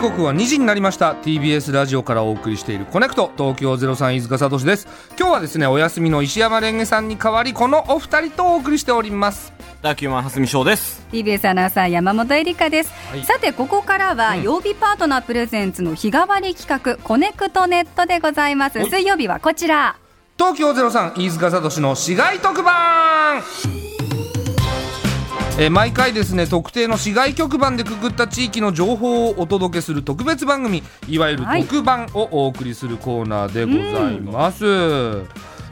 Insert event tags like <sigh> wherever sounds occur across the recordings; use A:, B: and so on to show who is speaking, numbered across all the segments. A: 刻は2時になりました TBS ラジオからお送りしている「コネクト東京03飯塚聡」です今日はですねお休みの石山レンゲさんに代わりこのお二人とお送りしております
B: ダーキューマン蓮見翔です
C: TBS アナウンサー山本恵里香です、
A: い
C: さてここからは曜日パートナープレゼンツの日替わり企画、コネクトネットでございます水曜日はこちら
A: 東京03飯塚聡の市街特番えー毎回ですね特定の市街局番でくくった地域の情報をお届けする特別番組いわゆる
C: はい
A: 特番をお送りするコーナーでございます、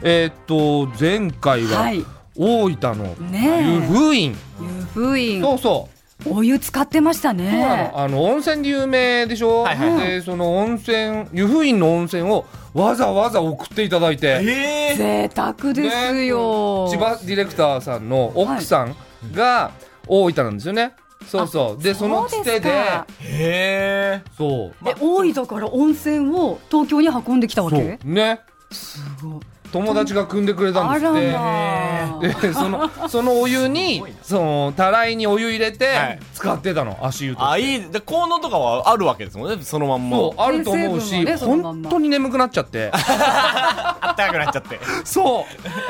A: えーっと前回は
C: はい
A: 大分の
C: ねえ
A: 湯布院、
C: 湯布院
A: そうそう
C: お湯使ってました
A: そうな
C: ね
A: のあの温泉で有名でしょ、
B: はいはいはい
A: でその温泉湯布院の温泉をわざわざ送っていただいて
B: ええ
C: 贅沢ですよ、
A: ね千葉ディレクターさんの奥さんが大分なんですよね、そうそうでそのつてで
B: へえ
A: そう
C: え大分から温泉を東京に運んできたわけ
A: ね
C: すごい
A: 友達が組んでくれたん
C: あ
A: です
C: ら
A: って
C: ま
A: でそのそのお湯にそのたらいにお湯入れ
B: はい
A: て使ってたの足湯として
B: あいいで効能とかはあるわけですもんねそのまんま
A: そうあると思う
C: 成
A: し、
C: 分はねそのまん
A: 本
C: ま
A: 当に眠くなっちゃって
B: あったかくなっちゃって
A: そう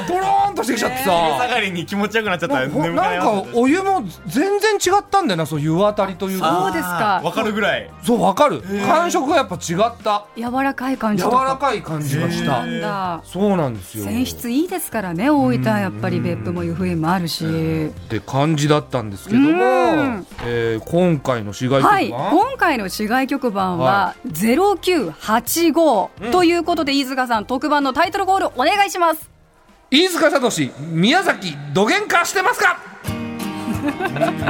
A: ドローンとしてきちゃってさ、
B: 下がりに気持ちよくなっちゃったら
A: な
B: 眠
A: ほ
B: くなり
A: なん
B: ま
A: か
B: すね
A: お湯も全然違ったんだよなそう湯あたりというか
C: あそうですか
B: あーわかるぐらい
A: そうわかる感触がやっぱ違った
C: 柔らかい感じ
A: 柔
C: とから
A: かい感じがし
C: な
A: た
C: んだ
A: そうなんですよ
C: 泉質いいですからね大分やっぱり別府も湯布院もあるし
A: って感じだったんですけども
C: うん、
A: えー、今回の市街局
C: はい
A: は
C: 今回の市外局番
A: は
C: は0985ということで飯塚さん特番のタイトルゴールお願いします
A: 飯塚聡宮崎どげんかしてますかうん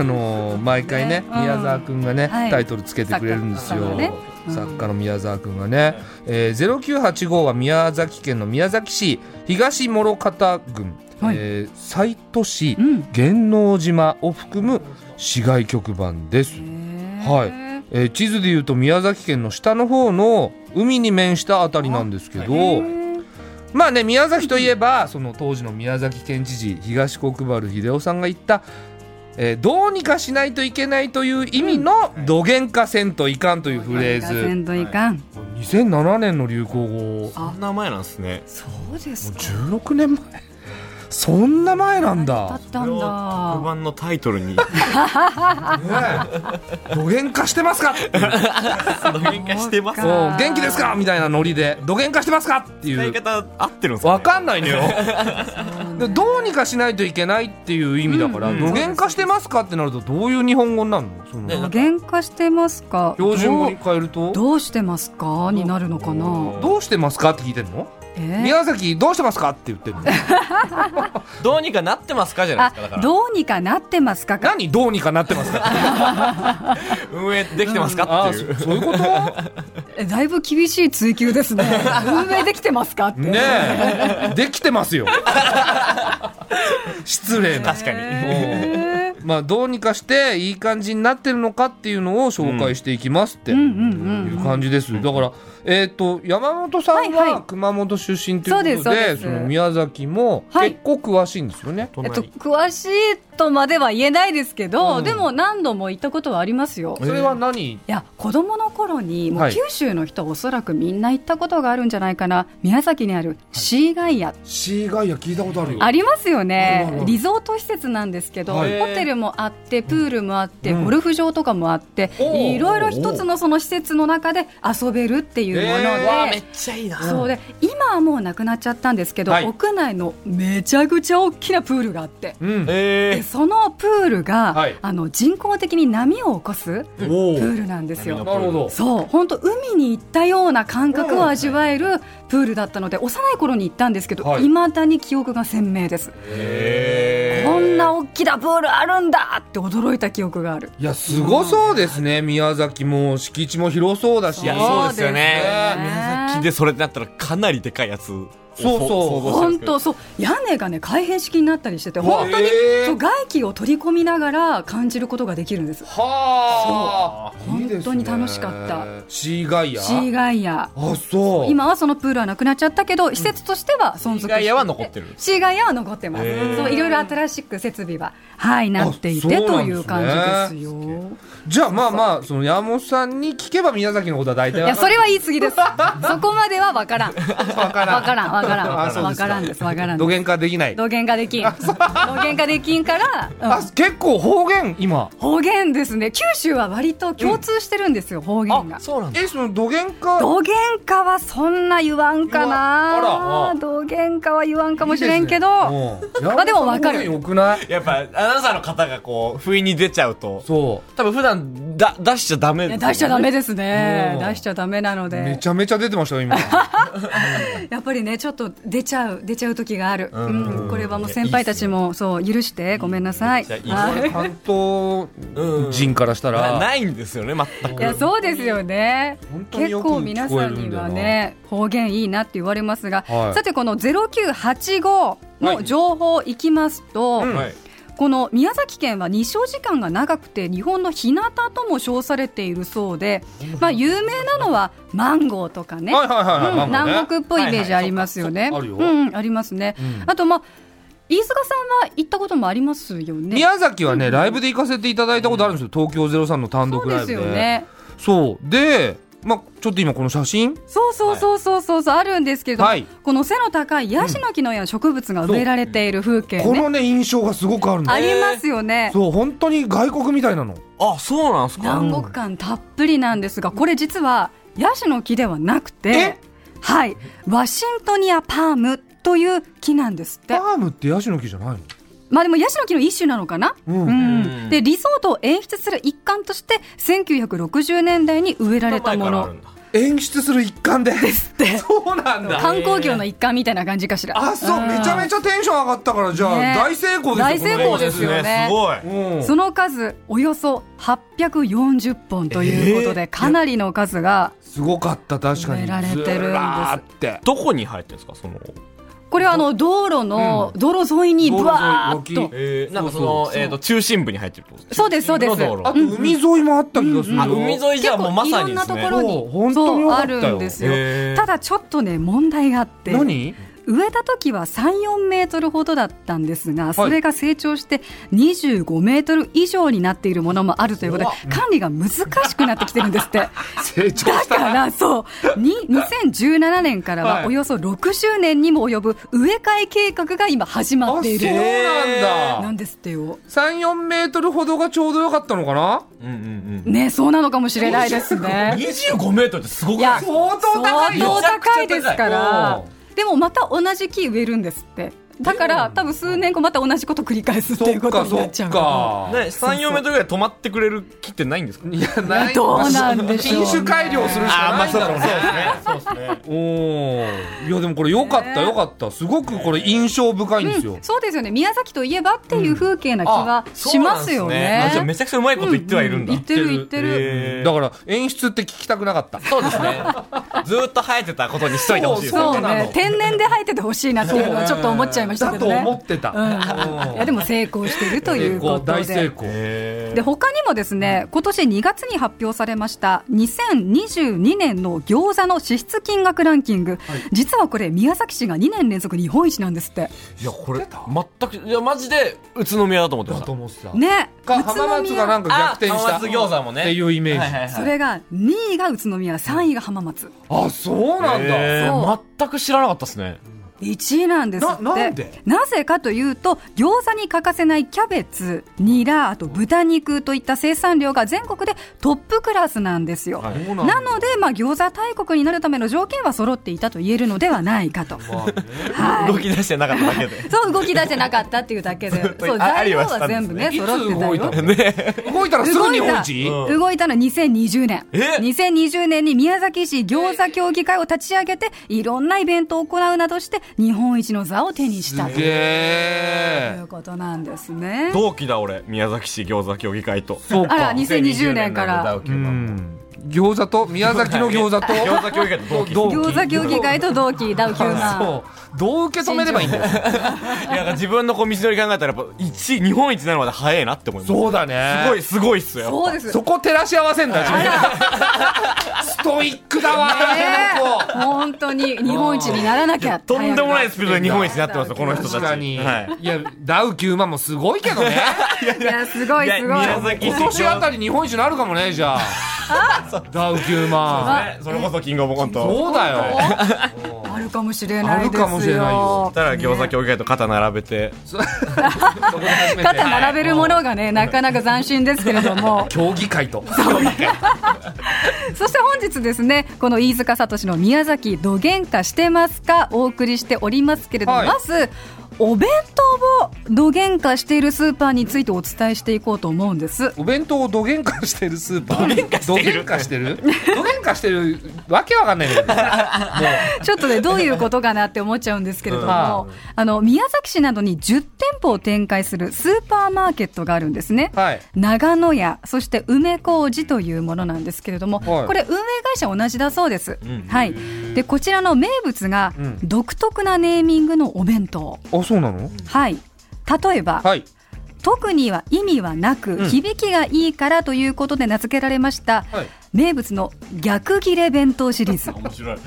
A: あのー毎回ね
C: ねうん
A: 宮沢君がね、
C: はい
A: タイトルつけてくれるんですよ
C: 作家さんがねうん
A: 作家の宮沢君がね、えー、0985は宮崎県の宮崎市東諸方郡、
C: はい
A: えー西都市、
C: うん
A: 源能島を含む市街局番です、はい
C: へ
A: えー地図でいうと宮崎県の下の方の海に面したあたりなんですけど、まあね宮崎といえばその当時の宮崎県知事東国原英夫さんが言った、えーどうにかしないといけないという意味の「どげんかせんといかん」というフレ
C: え
A: ー
C: ガ
A: ズ、
C: センドいかん
A: 2007年の流行語
B: そんな前なんですね
C: そうですか
A: 16年前そんな前なん
C: だ
A: <laughs>
C: っ
A: だ
C: たん
B: これを特
C: だ
B: 番のタイトルに <laughs>
A: どげんかしてます <laughs> か
B: その喧嘩してます
C: そう
A: おう元気ですかみたいなノリでどげんかしてますかって
B: 使
A: い
B: いう方合ってるんですか、ね、
A: わかんないのよでどうにかしないといけないっていう意味だから、
B: うんうん
A: どげんかしてますかってなるとどういう日本語になるのその
B: ね
C: 喧嘩してますか
A: 標準語に変えると
C: どうどうしてますかになるのかな
A: どうしてますかって聞いてるの
C: え
A: 宮崎どうしてますかって言ってるの
B: <laughs> どうにかなってますかじゃないですかだ
C: あ
B: から
C: どうにかなってますかか
A: 何どうにかなってます
B: <laughs>
A: か
B: 運営できてますか
A: あ
B: っていう、
A: ーそそういう
B: <laughs>
A: こと
C: えだいぶ厳しい追
A: <laughs>
C: 求ですね運営できてますかって
A: ねえできてますよ失礼な
B: 確かに、
C: へ
A: まあどうにかしていい感じになってるのかっていうのを紹介していきますって、
C: うんうんうん
A: いう感じです。だから、えっ、と、山本さん
C: はいは
A: はい熊本出身ということ
C: そう
A: で、
C: ですそ
A: そ
C: うです
A: の宮崎も
C: はい
A: 結構詳しいんですよね。
C: えっと、詳しいとまでは言えないですけど、
A: うん
C: でも何度も行ったことはありますよ。
A: それは何、
C: いや子供の頃にも
A: は
C: う
A: い
C: 九州の人おそらくみんな行ったことがあるんじゃないかな、宮崎にあるシーガイア、
A: シーガイア聞いたことあるよ
C: ありますよ
A: あるあ
C: ね
A: る
C: リゾート施設なんですけど、
A: はい
C: ホテルもあってプールもあって、
A: うん
C: ゴルフ場とかもあって、
A: おー
C: いろいろ一つのその施設の中で遊べるっていうもので、
A: えーわあめ
B: ちゃいいな
C: そうで今はもうなくなっちゃったんですけど、
A: はい
C: 屋内のめちゃくちゃ大きなプールがあって。
A: うん。
B: え
C: でそのプールが、
A: はい
C: あの人工的に波を起こすプ
A: おお。
C: ールなんです
B: 波
C: よ
B: の。
A: なるほど。
C: そう本当海に行ったような感覚を味わえるプールだったので幼い頃に行ったんですけど、
A: はい
C: い、まだに記憶が鮮明です、
B: え
C: こんな大きなプールあるんだって驚いた記憶がある
A: いや、すごそうですね。宮崎も敷地も広そうだし。
B: いやそうですよね
A: ね
C: ね
B: 木でそれってなったらかなりでかいやつを
A: そうそう
B: 想像してるん
C: 本
B: ですけど
C: 当そう屋根がね開閉式になったりしてて本当に
A: へー
C: そう外気を取り込みながら感じることができるんです
A: はあ
C: そう
A: いいですね
C: 本当に楽しかった
A: シーガイア
C: シーガイア
A: あそう
C: 今はそのプールはなくなっちゃったけど施設としては存続
B: シ
C: していて
B: ーガイアは残ってる
C: シーガイアは残ってます
B: へー
C: そういろいろ新しく設備ははいなっていて
A: あそう
C: と
A: なん
C: い
A: ですね
C: う感じですよ
A: じゃあまあまあその山本さんに聞けば宮崎のことは大体
C: い
A: わ
C: や
A: か
C: そ
A: る
C: れは言い過ぎですそこまでは分からん分
A: わからん
C: からん分からん
A: あそうで
C: 分
A: すか
C: からんです分からん
A: 土
C: です
A: 幻化できない
C: 土幻ができん土幻ができんから、うん
A: あ結構方言今
C: 方言ですね九州は割と共通してるんですよ、方言が
B: あそうなんだ
A: えその土幻化
C: 土喧嘩はそんな言わんか
A: 言わんあら
C: な土喧嘩は言わんかもしれんけど
A: いいですねうん
C: まあでもわかる
A: 山本さんの方言良くない
B: やっぱアナウンサーの方がこう不意に出ちゃうと
A: そ
B: 多分普段だ出しちゃダメ
C: いや出しちゃダメ
B: で
C: ですね
A: うん
C: 出しちゃダメなの
A: うめ
C: で
A: ちゃめちゃ出てましたよ
C: <laughs>
A: 今
C: やっぱりねちょっと出ちゃう出ちゃう時がある、うんこれはもう先輩たちもそう許してごめんなさい
B: いやいいですね
C: はい
A: 関東人からした
B: すよな
A: ら
B: ないんですよね全
C: いや
B: く
C: そうですよね
A: 本当に
C: 結
A: よく聞
C: 構
A: こえるんだよな
C: 皆さんにはね方言いいなって言われますが、
A: はい
C: さてこの0985の情報いきますと、
A: うん
B: はい
C: この宮崎県は日照時間が長くて日本の日向とも称されているそうで、まあ、有名なのはマンゴーとかね、
A: はいはいはいはい
C: うん
A: マンゴーね
C: 南国っぽいイメージありますよね。
A: はいはいそっ
C: う
A: か
C: んうんありますね。あとまあ飯塚さんは行ったこともありますよね。
A: 宮崎はね、ライブで行かせていただいたことあるんですよ、東京ゼロさんの単
C: そ
A: 独
C: う
A: ラ
C: で
A: イブで。
C: すよね。
A: そうで、まあ、ちょっと今この写真、
C: そうそうそうそうそうそうあるんですけれども、
A: はい
C: この背の高いヤシの木のような植物が植えられている風景
A: こ
C: ね。
A: のね印象がすごくあるの
C: あ。りますよね。
A: そう本当に外国みたいなの。
B: あそうなんですか
C: 南国感たっぷりなんですが、これ実はヤシの木ではなくて
A: え、
C: はい、ワシントニアパームという木なんですって。
A: パームってヤシの木じゃないの。
C: まあでもヤシの木の一種なのかな。
A: うん
B: うん
C: でリゾートを演出する一環として1960年代に植えられたも
B: 前からあ
C: の
B: るんだ
A: 演出する一環で。
C: で
A: そうなんだ。
C: 観光業の一環みたいな感じかしら。
A: あそうめちゃめちゃテンション上がったからじゃあ、
C: ね
A: 大成功ですよ
C: 大成功ですよね
B: すごい
A: この絵うん
C: その数およそ840本ということで、かなりの数が
A: すごかった確かに。
C: 埋められてるんです
A: ずらーって。
B: どこに入ってるんですかその
C: これはあの道路の道路沿いにぶわーっ
A: 道路沿い脇
C: と
B: えーなんかそ
A: そう
B: のえっと中心部に入ってるってこと
C: そうですそうです
B: 中心部の
A: あ
B: 道
A: と海沿いもあった気がするよ。
B: 路あ海沿いじゃもうまさにです
C: 結構い
B: ね
C: ろんなところに
A: そう本当に
C: そう
A: よか
C: あ
A: ったよ
C: るんですよ、
B: へー
C: ただちょっとね問題があって
A: 何？
C: 植えた時は34メートルほどだったんですがそれが成長して25メートル以上になっているものもあるということで管理が難しくなってきてるんですって
A: <laughs> 成長
C: だからそうに2017年から
A: は
C: はいおよそ60年にも及ぶ植え替え計画が今始まってい
A: あそう
C: る
A: なんだ。
C: なんですってよ
A: 三四メートルほどがちょうど良かったのかな。
B: うんうんうん
C: ねそうなのかもしれないですね
B: 25メートルってすごく
C: いや
B: ないですか
A: 相当高い
B: よ
C: 相当高いですから
A: めちゃくちゃ高
C: でもまた同じ木植えるんですってだから多分数年後また同じこと繰り返すっていうことになっちゃうから
A: か
B: ね34メートルぐらい止まってくれる木ってないんですか
A: いやない
C: どうなんでしょうね
A: 品種改良するしかないんだろうね。
B: そうですね
A: おーいやでもこれ良かった良かったすごくこれ印象深いんですよ。
C: そうですよね宮崎といえばっていう風景な気はしますよね。
B: あじゃあめちゃくちゃうまいこと言ってはいるんだ
C: 言ってる言ってる。
B: へー
A: だから演出って聞きたくなかった。
B: そうですね。ずーっと生えてたことにしといてほしいですね。
C: そう
A: そうな
C: ね
A: の
C: 天然で生えててほしいなっていうのはちょっと思っちゃいました
A: だ
C: けど
A: と
C: ね。
A: 思ってた。
C: うん、いやでも成功しているとい
A: 成
C: うこ
A: 功
C: と
A: 大成
C: で。
A: 功。
B: へ
C: で他にもですね今年2月に発表されました2022年の餃子の支出金額ランキング、実はこれ宮崎市が2年連続日本一なんですって
B: ーいや、これ、全く、いや、マジで、宇都宮だと思ってま
A: だと
B: した。
A: 思ってた。
C: ね
A: か
C: 宇都
A: 浜松がなんか逆転した
B: あ浜松餃子もね
A: っていうイメ
B: はいはい
A: ー
B: はい
A: ジ。
C: それが2位が宇都宮3位が浜松
A: あそうなんだ。
B: へー
C: そ
B: 全く知らなかったですね。
C: 1位なんですって
A: ななんで
C: なぜかというと餃子に欠かせないキャベツニラあと豚肉といった生産量が全国でトップクラスなんですよ、
B: はい
A: そうなんだ
C: なので、まあ、餃子大国になるための条件は揃っていたと言えるのではないかと、
A: まあね
C: はい
B: 動き出してなかっただけで。
C: そう動き出せなかったっていうだけで
B: と
C: そう
B: ああ
C: 材
B: り
C: 料
B: はし
C: は
B: たんです
C: 全部ね
A: いつ
C: 揃ってた
A: 動いた
C: よ
A: の？
B: ね
A: 動いたらすぐ日本一？
B: 動い
C: 動いたのは2020年
B: え
C: 2020年に宮崎市餃子協議会を立ち上げていろんなイベントを行うなどして日本一の座を手にしたと
A: すげ
C: い
A: え
C: う。ことなんですね
B: 同期だ、俺。宮崎市餃子協議会と。
A: そう
C: あら
A: か。
C: 2020年から
B: 2020年の
A: う
B: 同期だ
A: ん。餃子と宮崎の餃子と
B: 餃子協議会と同期
A: 同期
C: 餃子協議会と同期ダウ9
A: そうどう受け止めればいいんだよ
B: いや自分のこう道のり考えたらやっぱ一日本一なのまで早いなって思います
A: そうだね
B: すごいすごいっすよやっぱ
C: そうです
A: そこ照らし合わせんだ自分 <laughs> ストイックだわ
C: ね
A: この子
C: え本当に日本一にならなきゃ
B: とんでもないス
C: す
B: ピードで日本一になってますよこの人たち
A: 確かに、
B: はい
A: い、やダウ9万もすごいけどね
C: いやすごいすごい
B: 宮崎
A: 今年あたり日本一になるかもねじゃあダウ9万
B: ねそれこそキングオブコント
A: そうだよ
C: あるかもしれないですよ
A: あるかもしれないよ
B: そしたら餃子
C: ね
B: 協議会と肩並べて
A: そこで初めて
C: 肩並べるものがねなかなか斬新ですけれども
A: 競技会と
C: そして本日ですねこの飯塚聡の宮崎どげんかしてますかお送りしておりますけれども、
A: はい
C: まずお弁当をどげんかしているスーパーについてお伝えしていこうと思うんです
A: お弁当をどげんかしてるスーパーどげんかしてるどげんかしてるわけわかんないんだけど
C: ちょっとね、どういうことかなって思っちゃうんですけれども、
A: うん
C: あの、宮崎市などに10店舗を展開するスーパーマーケットがあるんですね。
A: はい
C: 長野屋、そして梅小路というものなんですけれども、
A: はい
C: これ運営会社同じだそうです。
B: ん
C: はい。で、こちらの名物が
A: うん、
C: 独特なネーミングのお弁当。
A: あそうなの
C: はい。例えば、
A: はい
C: 特には意味はなく、
A: うん
C: 響きがいいからということで名付けられました、
A: はい
C: 名物の逆切れ弁当シリーズ。
B: 面白い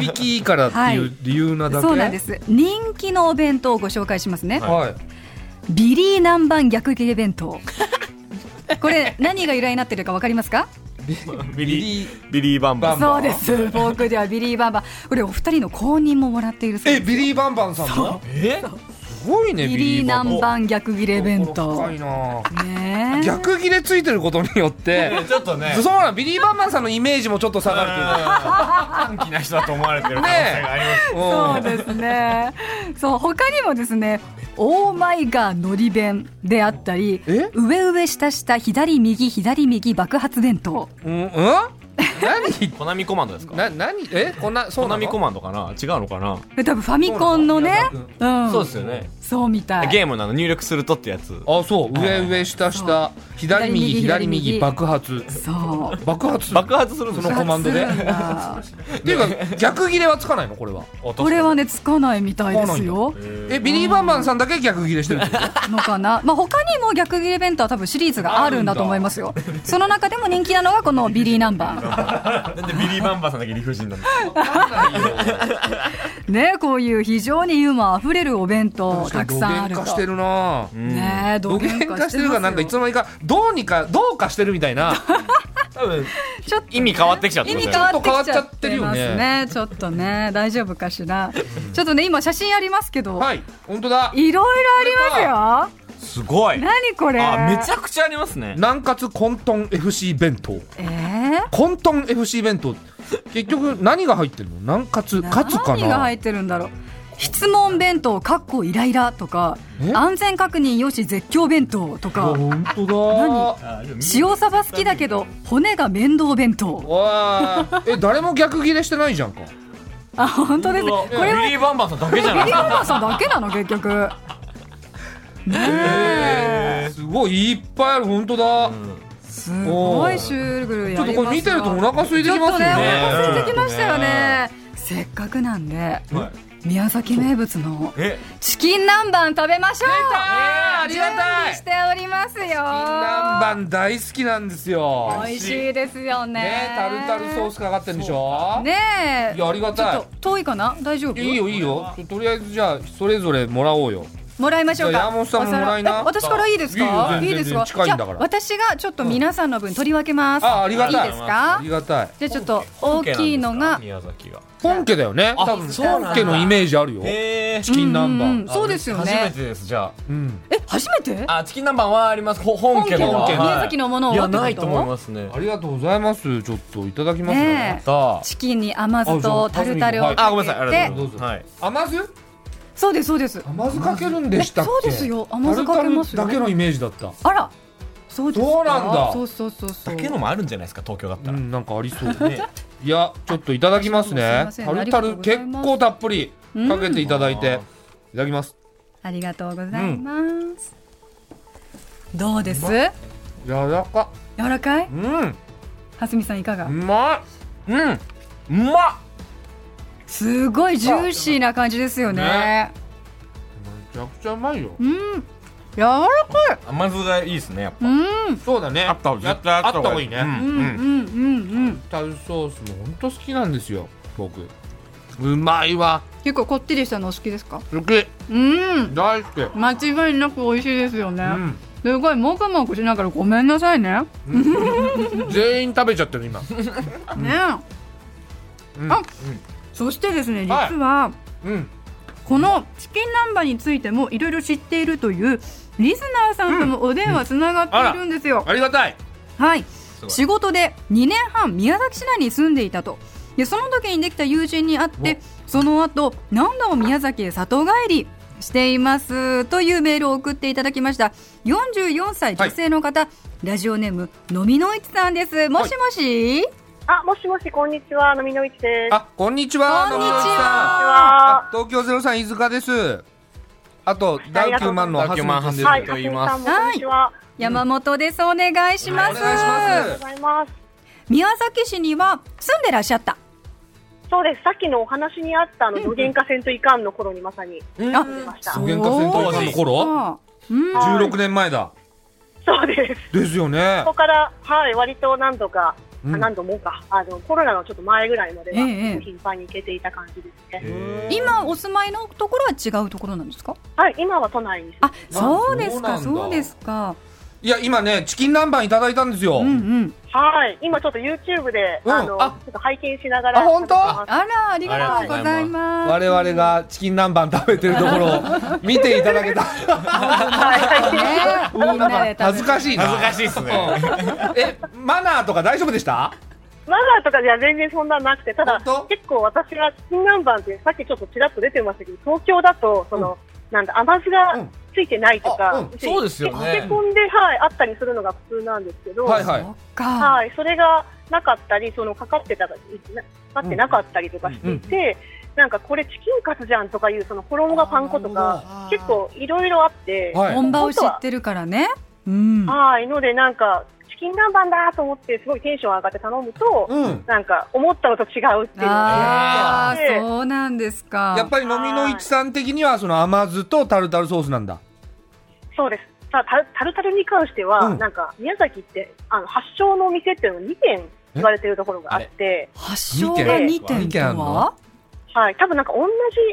A: 響きいいからっていう理由なだけ
C: そうなんですす人気のお弁当をご紹介しますね、
A: はい
C: ビリー南蛮逆切れ弁当これ何が由来になってるかわかりますか
B: <laughs> ビリービリーバンバン
C: そうです僕ではビリーバンバンこれお二人の公認ももらっているそう
A: え
C: です
A: ビリーバンバンさんも
B: え
A: すごいね
C: ビリー
A: バン
C: 南蛮逆切れ弁当
A: 深いな
C: ねえ
A: 逆切れついてることによ
C: <laughs>
A: って
B: ちょっとね
A: そうなんビリーバンバンさんのイメージもちょっと下がる
B: 短気な人だと思われてる可能性があります
A: という
C: そ
A: か
C: うですねそう他にもですねオーマイガーのり弁であったり
A: え
C: 上上下下左右左右爆発弁当
A: うんうん何
B: コナミコマンドですか
A: な何えこんなそ
B: コ
A: うな
B: ナ
A: の
B: ミコマンドかな違うのかな
C: これ多分ファミコンのねうん
B: そうですよね
C: そうみたい
B: ゲームなの入力するとってやつ
A: あそう上上下下左右左
C: 左右左
A: 右
C: 右
A: 爆発
C: そう
A: 爆発
B: 爆発するんです
A: そのコマンドで
C: 爆発するんだ
A: っていうか逆切れはつかないのこれは
C: <laughs> これはねつかないみたいですよ
A: えビリーバンバンさんだけ逆切れしてるって
C: <laughs>
A: こと
C: のかなまあ他にも逆切れ弁当は多分シリーズがあるんだと思いますよその中でも人気なのがこのビリーナンバ
B: なんでビリーバンバンさんだけ理不尽なんですか
C: ーねこういう非常にユーモアあふれるお弁当たくさんある
A: どげん
C: と
A: かしてるな
C: ね
A: ど
C: ど
A: げ
C: げ
A: ん
C: ん
A: か
C: か
A: し
C: してて
A: る
C: る
A: が
C: が
A: な
C: なんん
A: か
C: か
A: い
C: い
A: つの間にかどうにかどうかしてるみたいな
B: 多分
C: ちょっと
B: 意味変わってきちゃって
C: 意
B: る
C: 味変わってきち
A: ちょ
C: ゃ
A: っと変わっちゃっ
C: って
A: る
C: て
A: よ
C: ま
A: ね
C: すねちょっとね大丈夫かしらちょっとね今写真ありますけど、、
A: はいい本当だ
C: ろいろありますよ
B: すごい
C: 何これ
B: あめち
C: ゃ
B: ゃくちゃありますね
A: 南葛混沌 FC 弁当
C: えー
A: 混沌 FC 弁当結局何が入ってるの南葛カツか
C: 何が
A: な
C: 入ってるんだろう質問弁当かっこイライラとか
A: え
C: 安全確認よし絶叫弁当と
A: あ
C: か
A: 本当だ
C: 塩サバ好きだけど骨が面倒弁当
A: わあえ誰も逆切れしてないじゃんか
C: あ本当ですねこ
B: これ
C: れ
B: ビ
C: は
B: リーバンバンさんだけじゃな
C: ビ
B: い
C: リババさんだけなの結局
A: えーすごいいっぱいある本当だ、
C: すごいシュー
A: ち
C: ルや
A: ょっと
C: り
A: こ
C: ま
A: れ
C: す
A: 見てるとお
C: ち
A: 腹空いて
C: ょ
A: き
C: っ
A: ますよ
C: とねお
A: ね
C: 腹空いてきましたよ
B: ね
C: ねせっかくなんで
B: はい
C: 宮崎名物の
B: え
C: チキン南蛮食べましょう
A: 出たーありがたい
C: 準備しておりますよ
A: 南蛮大好きなんですよ
C: 美味しいですよね。
A: ねタルタルソースかかってるんでしょ
C: ねえ。
A: いやありがたい
C: ちょっと遠いかな？大丈夫？
A: いいよいいよととりあえずじゃあそれぞれもらおうよ
C: もらいましょう
A: いや
C: か。
A: 山本さんも
C: お皿
A: もらいな
C: え私からいいですか？
A: いいよ全然
C: ですか？
A: 全然近いんだから
C: じゃあ私がちょっと皆さんの分取り分けます。
A: あありがたい
C: いです
A: あ
C: か
A: り？がたい
C: じゃあちょっと大きいのが
B: 宮崎が
A: 本家だよね
B: あ
A: 多分
B: そうなんだ
A: 本家のイメージあるよ
B: え
A: チキン南
C: うんう
A: 蛮
C: んうんそうですよね
B: 初。めてですじゃ
A: うん
C: え初めて？
B: ああチキン南蛮はありますほ本家の
A: 本家の
B: はい
C: 宮崎のものを
B: いや
C: ってこと
B: ないと思いますね
A: ありがとうございますちょっといただきます
C: ね
A: ね
C: え。
B: だ
C: チキンに甘酢とタルタルを
A: あじゃ
B: あごめんなさいありがとう
A: どう
B: ご
A: ぞ
B: ざいますはい
A: 甘酢
C: そうですそうです。
A: 甘酢かけるんで
C: え
A: したっけ
C: そうですよ甘酢かけます
A: タ
C: よ
A: ルタルだけのイメージだった
C: あら。そうですか
A: そうなんだ
C: そうそうそうそう。
B: だけのもあるんじゃないですか東京だった
A: う
B: ら
A: んなんかありそう
B: ね
A: いやちょっといただきますね
C: すい
A: タ
C: ません
A: ルタ
C: あり
A: ル
C: がとうござい
A: 結
C: ます
A: 構たっぷりかけていただいて
B: うん
A: いただきます
C: ありがとうございます。どうです？
A: 柔らか
C: 柔らかい？
A: うん
C: 蓮見さんいかが
B: うまいうんうまっ
C: すごいジューシーな感じですよね
B: ね
A: ちゃくちゃうまいよ
C: うん柔らかい
B: 甘酢がいいですねやっぱ
C: うん
A: そうだね
B: あった方が
A: や
B: 絶対あった方がいい
A: あった方がいいね
C: うんうんうんうん
A: タルソースも本当好きなんですよ僕うまいわ
C: 結構こってりしたのお好きですか
A: 好き
C: うん
A: 大好きう
C: 間違いなく美味しいですよね、
A: ん
C: すごいもぐもぐしながらごめんなさいね、
A: 全員食べちゃってる今
C: ね
A: うん
C: あそしてですね実
A: はい
C: は、
A: うん
C: このチキン南蛮についてもいろいろ知っているというリスナーさんともお電話つながっているんですよ、
A: ありがたい
C: はい
B: ごい
C: 仕事で2年半宮崎市内に住んでいたとでその時にできた友人に会ってその後何度も宮崎へ里帰りしていますというメールを送っていただきました44歳女性の方、ラジオネームのみのいちさんですもしもし、
D: あ、もしもし、こんにちは、のみのいちです。
A: あこんにちは
C: こんにち
A: 野々村さん
D: は
A: 東京ゼロさん飯塚です。あとダウキューマンのハスミ君です。
B: は
D: はいい、
B: と
D: か
B: 言
D: す
B: い
D: み
B: ます
D: さんもこんにちは。あ
C: 山本ですお願いします,、
A: お願いし
D: りがとうございます。
C: 宮崎市には住んでらっしゃった
D: そうです。さっきのお話にあったあの無限化せんといかんの頃にまさに
B: うん
C: あ
D: いました。
C: そう
A: 無限化戦闘の頃
C: あうん、
D: はい
A: 16年前だ。
D: そうです。
A: ですよね
D: そこ。からはい、割と何度か、あ
A: うん
D: 何度もか、あのコロナのちょっと前ぐらいまでは
C: ええええ
D: 頻繁に行けていた感じですね。
C: 今お住まいのところは違うところなんですか
D: はい、今は都内に住んで
C: あそうですか
A: あそうなんだ
C: そうですか
A: いや今ねチキン南蛮いただいたんですよ。
C: うんうん
D: はい、今ちょっと YouTube で、
A: うん
D: あの
A: あ
D: ちょっと拝見しながら
A: あ本当
D: 食べてます
C: あらありがとうございます
A: 我々がチキン南蛮食べてるところを見ていただけた。
C: ねみんなで食べ
A: 恥ずかしいな。
B: 恥ずかしいっすね
A: うんえマナーとか大丈夫でした？
D: マナーとかじゃ全然そんななくて、ただ
A: 本当、
D: 結構私はチキン南蛮って、さっきちょっとちらっと出てましたけど、東京だと、その、なんだ、甘酢
A: う
D: が
A: ん
D: ついてないと
A: あ
D: か、
A: うん
D: つい
B: そうですよね
D: 漬け込んで、はい、あったりするのが普通なんですけど、
A: はいは
C: そ
A: い。
C: っか
D: はい、それがなかったり、その、かかってたか、かかってなかったりとかしていて、なんかこれチキンカツじゃんとかいう、その衣がパン粉とか、結構いろいろあって、
A: はい
C: 本場を知ってるからねうん
D: はい、のでなんか、チキン南蛮だと思って、すごいテンション上がって頼むと、
A: うん。
D: なんか、思ったのと違うっていうのが。
C: ああ
D: ええ
C: そうなんですか
A: やっぱり飲みの一さん的にはその甘酢とタルタルソースなんだ。
D: そうです。さあ、タルタルタルに関しては、
A: うん
D: なんか、宮崎って、あの、発祥のお店っていうのが2軒言われてるところがあって、
C: 発祥が2
D: 見
A: て
C: 点
A: 見
C: と
A: てあん
C: は
A: の
D: はい、多分なんか同じ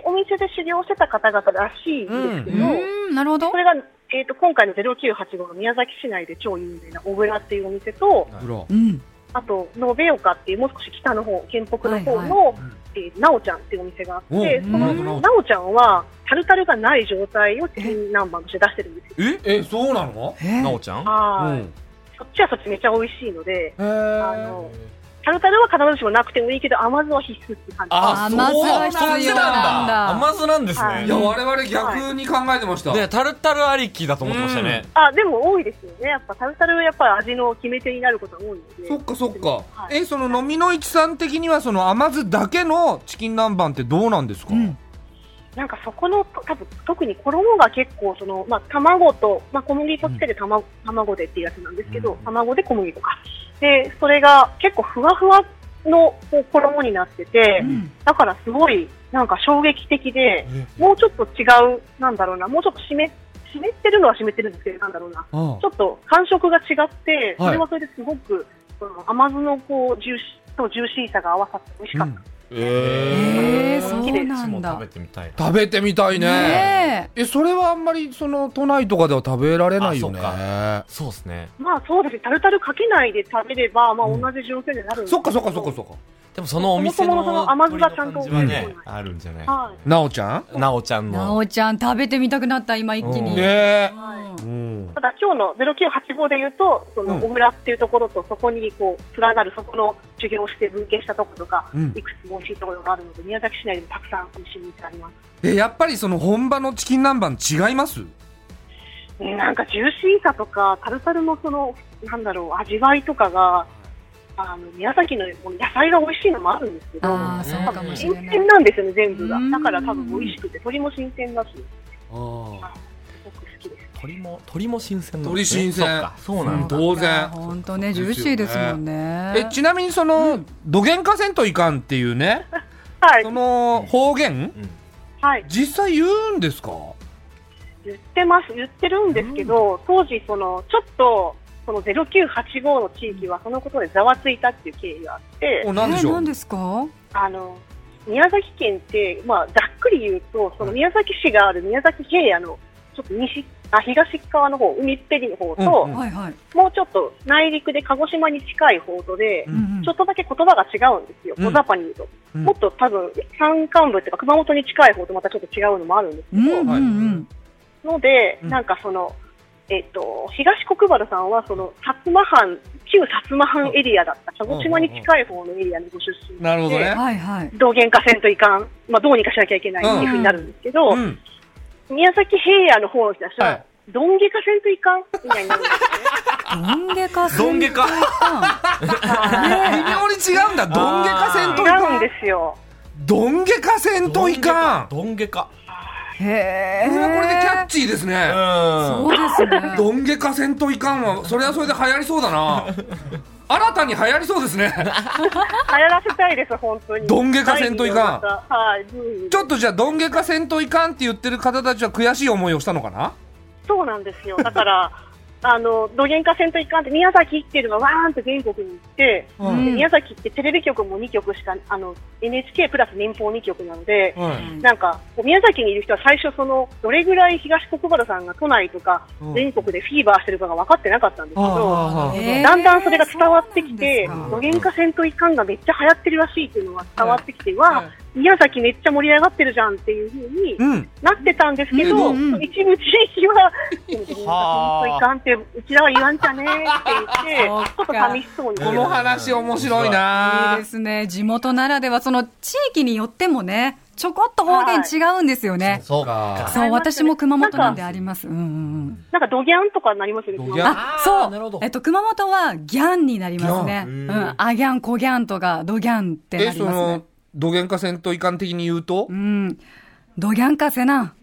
D: お店で修行してた方々らしいんです
C: う
D: けど、
C: んなるほど
D: それが、えっ、と、今回の0985の宮崎市内で超有名な小倉っていうお店と、
A: ブロ。
C: うん
D: あと、延岡っていうもう少し北の方、県北の方
C: は
D: の、えーなおちゃんっていうお店があって、
A: お
D: その
A: なるほど
D: なおちゃんは、タルタルがない状態をチキン南蛮として出してるんですよ。
B: え
A: えそうなの？
C: え
B: なおちゃん
D: は
A: う
D: い、
A: ん。
D: そっちはそっちめっちゃ美味しいので、
A: へ
D: あ
A: ー
D: のタルタルは必ずしもなくてもいいけど甘酢は必須って感じ
C: あ甘酢が必要なんだ
B: そう甘酢なんです
D: はい
B: ね
A: いや我々逆に考えてました。
B: でタルタルありきだと思ってましたね
D: あでも多いですよねやっぱタルタルはやっぱり味の決め手になることが多いので
A: そっかそっか。
D: はい
A: えその飲みの市さん的にはその甘酢だけのチキン南蛮ってどうなんですか。
C: うん
D: なんかそこの多分特に衣が結構その、まあ、卵と、まあ、小麦粉つけて卵,、卵でっていうやつなんですけど、卵で小麦粉かでそれが結構ふわふわのこう衣になってて、
C: うん
D: だからすごいなんか衝撃的で、もうちょっと違うなんだろうなもうちょっと湿湿ってるのは湿ってるんですけどなんだろうな
A: あ
D: ちょっと感触が違って、
A: はい
D: それはそれですごく、その甘酢のこうジューシーとジューシーさが合わさって美味しか
A: う
D: っ
A: ん
D: た。
C: ええ
B: え
C: そ
D: 好き
C: う
D: です
C: なんだ
B: 食べてみたいな
A: 食べてみたいね。
C: ね
A: えそれはあんまりその都内とかでは食べられないよね。
B: そうですね
D: まあそうですね、タルタルかけないで食べれば、まあ
A: うん
D: 同じ状況にはなるんですけど
A: そっかそっかそっかそっか。
B: でもそのお店の
D: そもそもその甘酢がちゃんと
B: 鶏の感じはね
D: うん
B: あるんじゃない
D: は
A: なおちゃん。
B: なおちゃ
C: え
B: ん
C: な
B: の
C: おちゃん食べてみたくなった今一気
A: うんね
C: に
A: え。
C: うん
A: うん。
D: ただ今日の0985で言うと、その
A: うん
D: 小倉っていうところと、そこにこう、連なるそこの授業をして分岐したところとか、
A: うん
D: いくつも美味しいところがあるので、宮崎市内でもたくさん美味しい店あります。
A: えやっぱりその本場のチキン南蛮違います。
D: ねなんかジューシーさとか、タルタルのその、なんだろう、味わいとかが、あの、宮崎のこの野菜が美味しいのもあるんですけど、
C: ああそうかもし
D: 新
C: れない
D: 鮮なんですよね、全部が
C: うん。
D: だから多分美味しくて、鶏も新鮮だし、
A: あ
D: すごく好きです。
B: 鳥も鶏も新鮮なん
A: 鳥
B: ですね
A: 新鮮
B: そっかそうなんだ
A: うん当然
C: 本当ねジューシーですもんね
A: えちなみにその、どげんかせんといかんっていうね
D: はい
A: そ。の方言
B: うん
D: はい。
A: 実際言うんですか
D: 言ってます、言ってるんですけど、当時、その、ちょっと、その0985の地域は、そのことでざわついたっていう経緯があって
A: お、なんでし
C: え
A: ょう
C: 何ですか
D: あの、宮崎県って、まあ、ざっくり言うと、その宮崎市がある宮崎平野の、ちょっと西、あ、東側の方、海っぺりの方と、
A: うん
C: はいはい、
D: もうちょっと内陸で鹿児島に近い方とで、
A: う
C: うんんうん、
D: ちょっとだけ言葉が違うんですよ、
A: うん
D: 小雑把に言うと。
A: うん
D: もっと多分、山間部っていうか、熊本に近い方とまたちょっと違うのもあるんですけ
C: うん
D: ど、
C: うんうん
D: ので、
A: うん
D: なんかその、えっと、東国原さんはその薩摩藩旧薩摩藩エリアだった鹿児島に近い方のエリアのご出身で
A: なるほどね
C: はいはい
D: 道玄化せんといかん、まあ、どうにかしなきゃいけないっていうふうになるんですけど、
A: うん
D: 宮崎平野の方の人たちは、
A: はい
D: どんげかせんといかんみたいになるんですよね。
C: どんげか
B: どんげか
A: 微妙に違うんだどんげかせんとい
D: 違う
A: か
D: ん
A: ん
D: ですよ。
A: どんげかせんといかん
B: どんげか
C: へえ
A: これはこれでキャッチーです
B: う
A: ね
B: ん
C: そうですね
A: どんげかせんといかんはそれはそれで流行りそうだな新たに流行りそうですね
D: 流行らせたいです、本当に。
A: どんげかせんといかん
D: ん。はい、うん
A: ちょっとじゃあどんげかせんといかんって言ってる方たちは悔しい思いをしたのかな
D: そうなんですよ。だから、あの、どげんかせんといかんって、宮崎っていうのがわーんと全国に行って、
A: う
C: うん
D: で宮崎ってテレビ局も2局しか、あの、NHK プラス民放2局なので、
A: うん
D: なんか、こう宮崎にいる人は最初その、どれぐらい東国原さんが都内とか
A: うん、
D: 全国でフィーバーしてるかが分かってなかったんですけど、
A: ああ
C: へー
D: だんだんそれが伝わってきて
C: そうなん、
D: どげんかせんといかんがめっちゃ流行ってるらしいっていうのが伝わってきて、わあ、宮崎めっちゃ盛り上がってるじゃんっていうふうに
A: うん
D: なってたんですけど、
A: うん
C: うんうん
D: 一部地域は、どんげかせんといかんって、うちらは言わんじゃねーって言
C: そ
D: っ
C: ってか、
D: ちょっと寂しそうに。
A: この話面白い
C: い
A: ない
C: ですね地元ならではその地域によってもねちょこっと方言違うんですよね、
B: そう
A: か
B: か
C: そう私も熊本なんで
D: なん
C: ありますうんうんうん
D: なんかドギャンとかになりますよね。
A: ドギ
D: 熊本
A: ャン
C: あ
B: あー
C: そう
B: なるほど
C: えっと、熊本はギャンになりますね。う
B: ギャン
C: ん
B: へー。
C: あギャン、こギャンとか、ドギャンって
A: え
C: なり
A: そ
C: ますね
A: の。どげんかせんといかん的に言うと
C: うん。ドギャンかせな。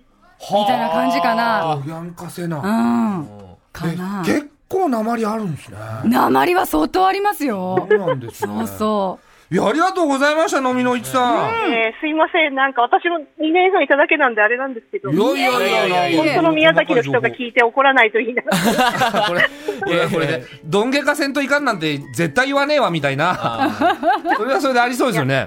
C: みたいな感じかな。
A: どげんかせ
C: う。
A: なん
C: か
A: え
C: な。
A: 結構なまりあるんですね
C: 鉛は相当ありますよ
A: そ。うなんですね
C: そうそ
A: いやありがとうございましたのみのいちさ
D: えーすいません、なんか私も2年半いただけなんであれなんですけど、
A: んい
D: 本
A: やいやいやいやいや
D: 当の宮崎の人が聞いて怒らないとい
A: <laughs>
D: いな。
A: これ、これはこれで、どんげかせんといかんなんて絶対言わねえわみたいな。 <laughs>
B: あ
A: それはそれでありそうですよね。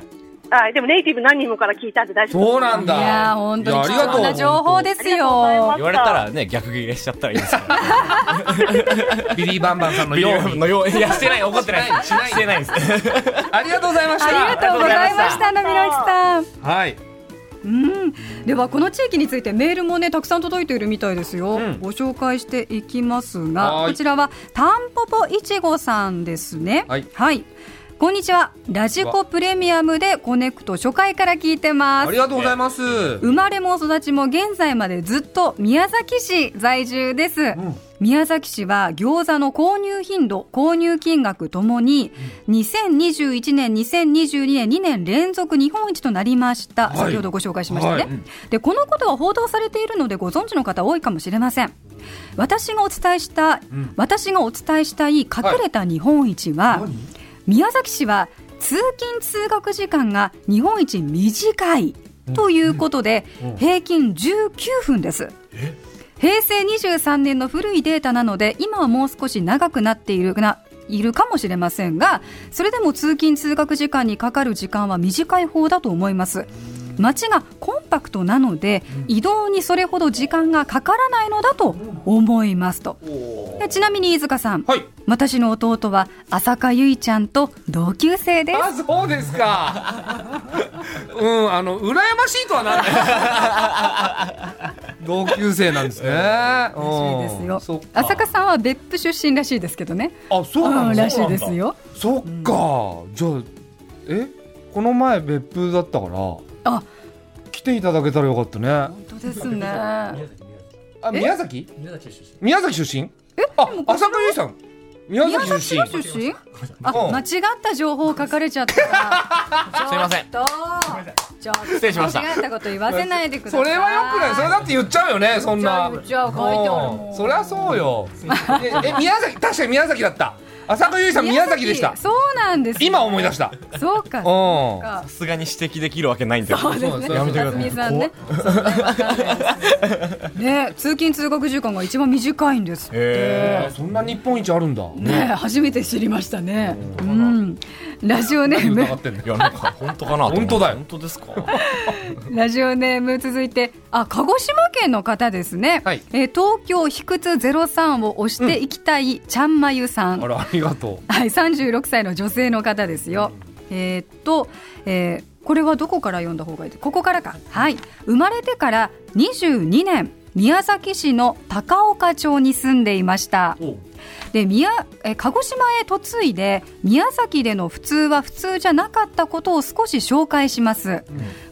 D: はい、でもネイティブ何人もから聞いたんで大丈夫です
A: そうなん
C: う。い
A: だ
C: やー、本当
A: いや
C: に
A: あり
C: 貴
A: がとう
C: 重な情報です
D: ありがとうござい
C: よ
D: ま
B: ー。言われたらね逆ギレしちゃったらいいですから
A: ビリーバンバンさんの
B: ビ
A: よう
B: リ
A: に。
B: のよういやしてない怒ってない
A: しない
B: してないです
A: ありがとうございまし
C: あ
A: た。
C: りがとうございました、のみのいちさん。
A: はい。
C: うん、ではこの地域についてメールもねたくさん届いているみたいですよ、
A: うん
C: ご紹介していきますが
A: はーい
C: こちらはたんぽぽいちごさんですね
A: はい
C: こんにちはラジコプレミアムでコネクト初回から聞いてま
A: あ
C: す
A: りがとうございます。
C: 生まれも育ちも現在までずっと宮崎市在住です、宮崎市は餃子の購入頻度購入金額ともに2021年2022年2年連続日本一となりました、
A: はい
C: 先ほどご紹介しましたね、
A: はい
C: でこのことは報道されているのでご存知の方多いかもしれません私がお伝えした、
A: ん
C: 私がお伝えしたい隠れた日本一は、宮崎市は通勤通学時間が日本一短いということで、平均19分です。平成23年の古いデータなので今はもう少し長くなっているないるかもしれませんがそれでも通勤通学時間にかかる時間は短い方だと思います街がコンパクトなので移動にそれほど時間がかからないのだと思いますとでちなみに飯塚さん、
A: はい。
C: 私の弟は浅香唯ちゃんと同級生です
A: あ、そうですか。うん、あの、羨ましいとはなんない。 <laughs> 同級生なんですね。
C: らしいです
A: うん
C: よ
A: そっか
C: 浅香さんは別府出身らしいですけどね
A: あ、そうなん
C: うん
A: だ
C: ら。しいですよ
A: そっか。じゃあ、えこの前別府だったから、
C: あ
A: 来ていただけたらよかったね。
C: 本当ですね
A: あ、宮崎
B: 宮崎出身
A: 宮崎出身
C: え
A: あ、浅香ゆいさん。宮
C: 宮
A: 崎
C: 崎
A: 出
C: 市
A: 身
C: の。出身
A: う
C: あ
A: ん
E: <laughs>
C: 間違った情報を書かれちゃった
B: すいません
C: ちょっとちょっと
B: 失礼しました
C: 間違ったこと言わせないでくださ
E: そ
C: い
E: れはよくないそれだって言っちゃうよねそんな
C: 言っちゃう言っちゃう書いてあるもん
E: うんそりゃそうよええ宮崎確かに宮崎だった浅香唯さん宮崎でした
C: そうなんです
E: 今思い出した
C: そうか
E: う
C: そ
E: ん
C: うか
B: さすがに指摘できるわけないんですよ
C: そうですね。
E: やめてくだ
C: さい。さんね。そう <laughs> ねね通勤通学時間が一番短いんですって。
E: そんな日本一あるんだ
C: ね初めて知りましたね。うん。ラジオネーム
E: 疑ってんの
B: いやなんか本当かなと思って
E: 本当だよ
B: 本当ですか
C: ラジオネーム続いてあ鹿児島県の方ですね。
E: はい
C: えー東京卑屈ゼロ三を押していきたいちゃんまゆさん。
E: あらありがと
C: はい三十六歳の女性の方ですよ。えーっと。えーこれはどこから読んだ方がいいここからかはい生まれてから22年宮崎市の高岡町に住んでいました
E: う
C: で宮え鹿児島へ嫁いで宮崎での普通は普通じゃなかったことを少し紹介します、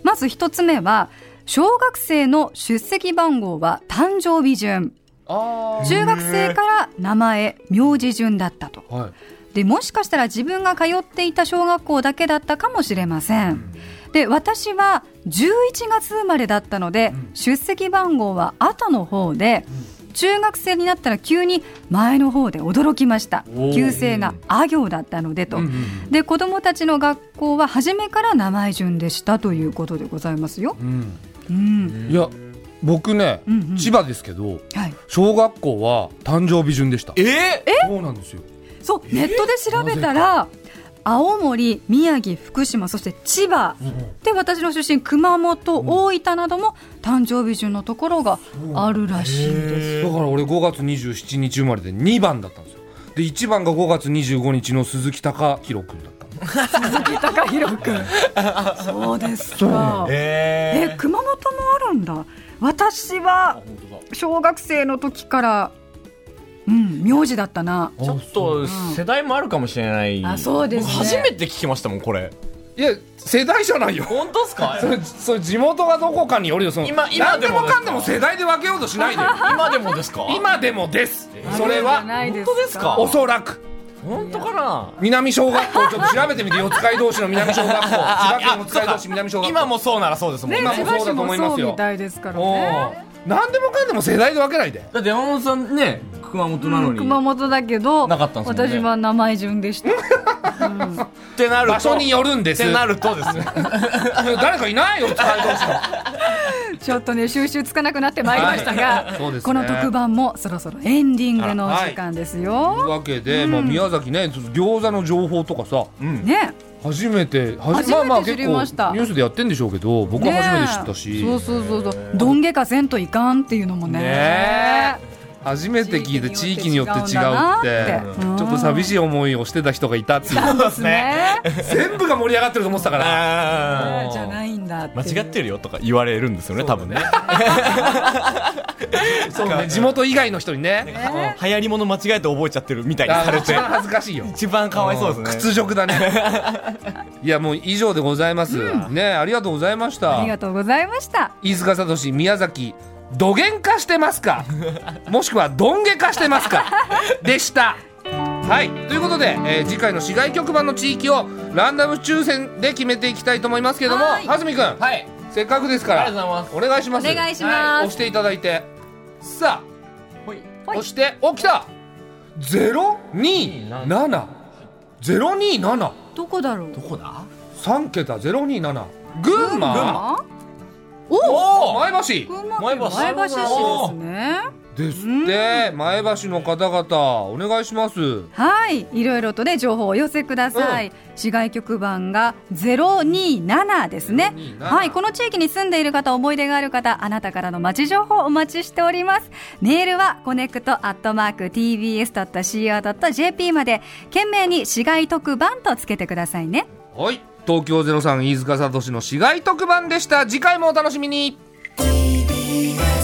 C: まず一つ目は小学生の出席番号は誕生日順
E: あ
C: 中学生から名前名字順だったと
E: あはい
C: でもしかしたら自分が通っていた小学校だけだったかもしれませんで私は11月生まれだったので、出席番号は後の方で、中学生になったら急に前の方で驚きました
E: おー
C: 旧姓があ行だったのでと、
E: うんうん
C: で子どもたちの学校は初めから名前順でしたということでございますよ。
E: うん
C: うん
E: いや僕ね
C: うんうん
E: 千葉ですけど
C: はい、
E: 小学校は誕生日順でした
B: ええ
E: そうなんですよ
C: そうネットで調べたら青森、宮城、福島そして千葉で私の出身熊本、大分なども誕生日順のところがあるらしいです。
E: だから俺5月27日生まれで2番だったんですよで1番が5月25日の鈴木貴弘君だったの
C: 鈴木貴
B: <laughs>
C: 弘君そうですかえ
B: えー、
C: 熊本もあるんだ私は小学生の時からうん名字だったな
B: ちょっと世代もあるかもしれない、
C: あそうですね
B: 僕初めて聞きましたもんこれ
E: いや世代じゃないよ
B: 本当ですか
E: それそれ地元がどこかによるよその
B: 今今
E: 何
B: で
E: で
B: も
E: もかんでも世代で分けようとしないでよ
B: 今でもですか
E: 今でもですそれは
C: 本
B: 本当ですか
E: おそらく
B: 本当かな
E: 南小学校ちょっと調べてみて四街道市の南小学校千葉県四街道市南小学校
B: 今もそうならそうですもん
C: ね
E: 今も
C: 千
E: そう
C: 葉
E: だ
C: 市
E: と
C: も
E: 思いますよ
C: そうみたいですから
E: お
C: ね
E: ー何でもかんでも世代で分けないで
B: だって山本さんね熊本なのに、
C: 熊
B: っ
C: 本だけど
B: なかったんですもんね
C: 私は名前順でした
B: てなると
E: 場所によるんで
B: っ
E: す
B: てなるとですね
E: 誰かいないよ四街道市の
C: ちょっとね収集つかなくなってまいりました
E: は
C: が
E: いそうですね
C: この特番もそろそろエンディングの時間です
E: という
C: よ
E: わけで、まあ、宮崎ねちょっと餃子の情報とかさ
C: ね
E: 初めては
C: 初めて知りました
E: ニュースでやってんでしょうけど僕は初めて知ったし、
C: ねえそうそうそうそうどんげかせんといかんっていうのもね
E: ね初めて聞いて地
C: 地
E: 域
C: 域
E: に
C: に
E: よ
C: よ
E: っ
C: ってて
E: 違う
C: 違うんだ
E: って
C: なって
E: ちょっと寂しい思いをしてた人がいたっていう
C: そうですね
E: <laughs> 全部が盛り上がってると思ってたから
B: <laughs> あ
C: じゃないんだって
B: ー間違って
C: る
B: るよとか言われるんですよね多分ね
E: そうね地元以外の人にね
B: 流行り物間違えて覚えちゃってるみたいに
E: あ
B: され
E: 一
B: て
E: 番恥ずかしいよ
B: 一番かわいそうですね
E: 屈辱だ
C: <laughs>
E: ねいやもう以上でございます、ねありがとうございまし
C: あ
E: た
C: りがとうございました
E: 飯塚聡宮崎どげん化してますかもしくはどんげ化してますかでしたはいということで、えー次回の市外局番の地域をランダム抽選で決めていきたいと思いますけども
C: はい
E: 蓮見君、ん
B: はい
E: せっかくですから
B: ありがとうございます
E: お願いします
C: お願いします
E: 押していただいてさあ
C: はい
E: 押しておきた027027
C: どこだろう
B: こだ
E: 3桁027群馬
C: お
E: お前橋
C: 群馬
B: 前
C: 県
B: 橋
C: 前橋市ですね
E: ですって前橋の方々お願いします
C: はいいろいろとね情報をお寄せください、市外局番が027ですね
E: 027
C: はいこの地域に住んでいる方思い出がある方あなたからの街情報お待ちしておりますメールはコネクトアットマーク TBS.CO.jp まで懸命に市外特番とつけてくださいね
E: はい東京ゼロさん飯塚聡の市街特番でした次回もお楽しみに
F: TBS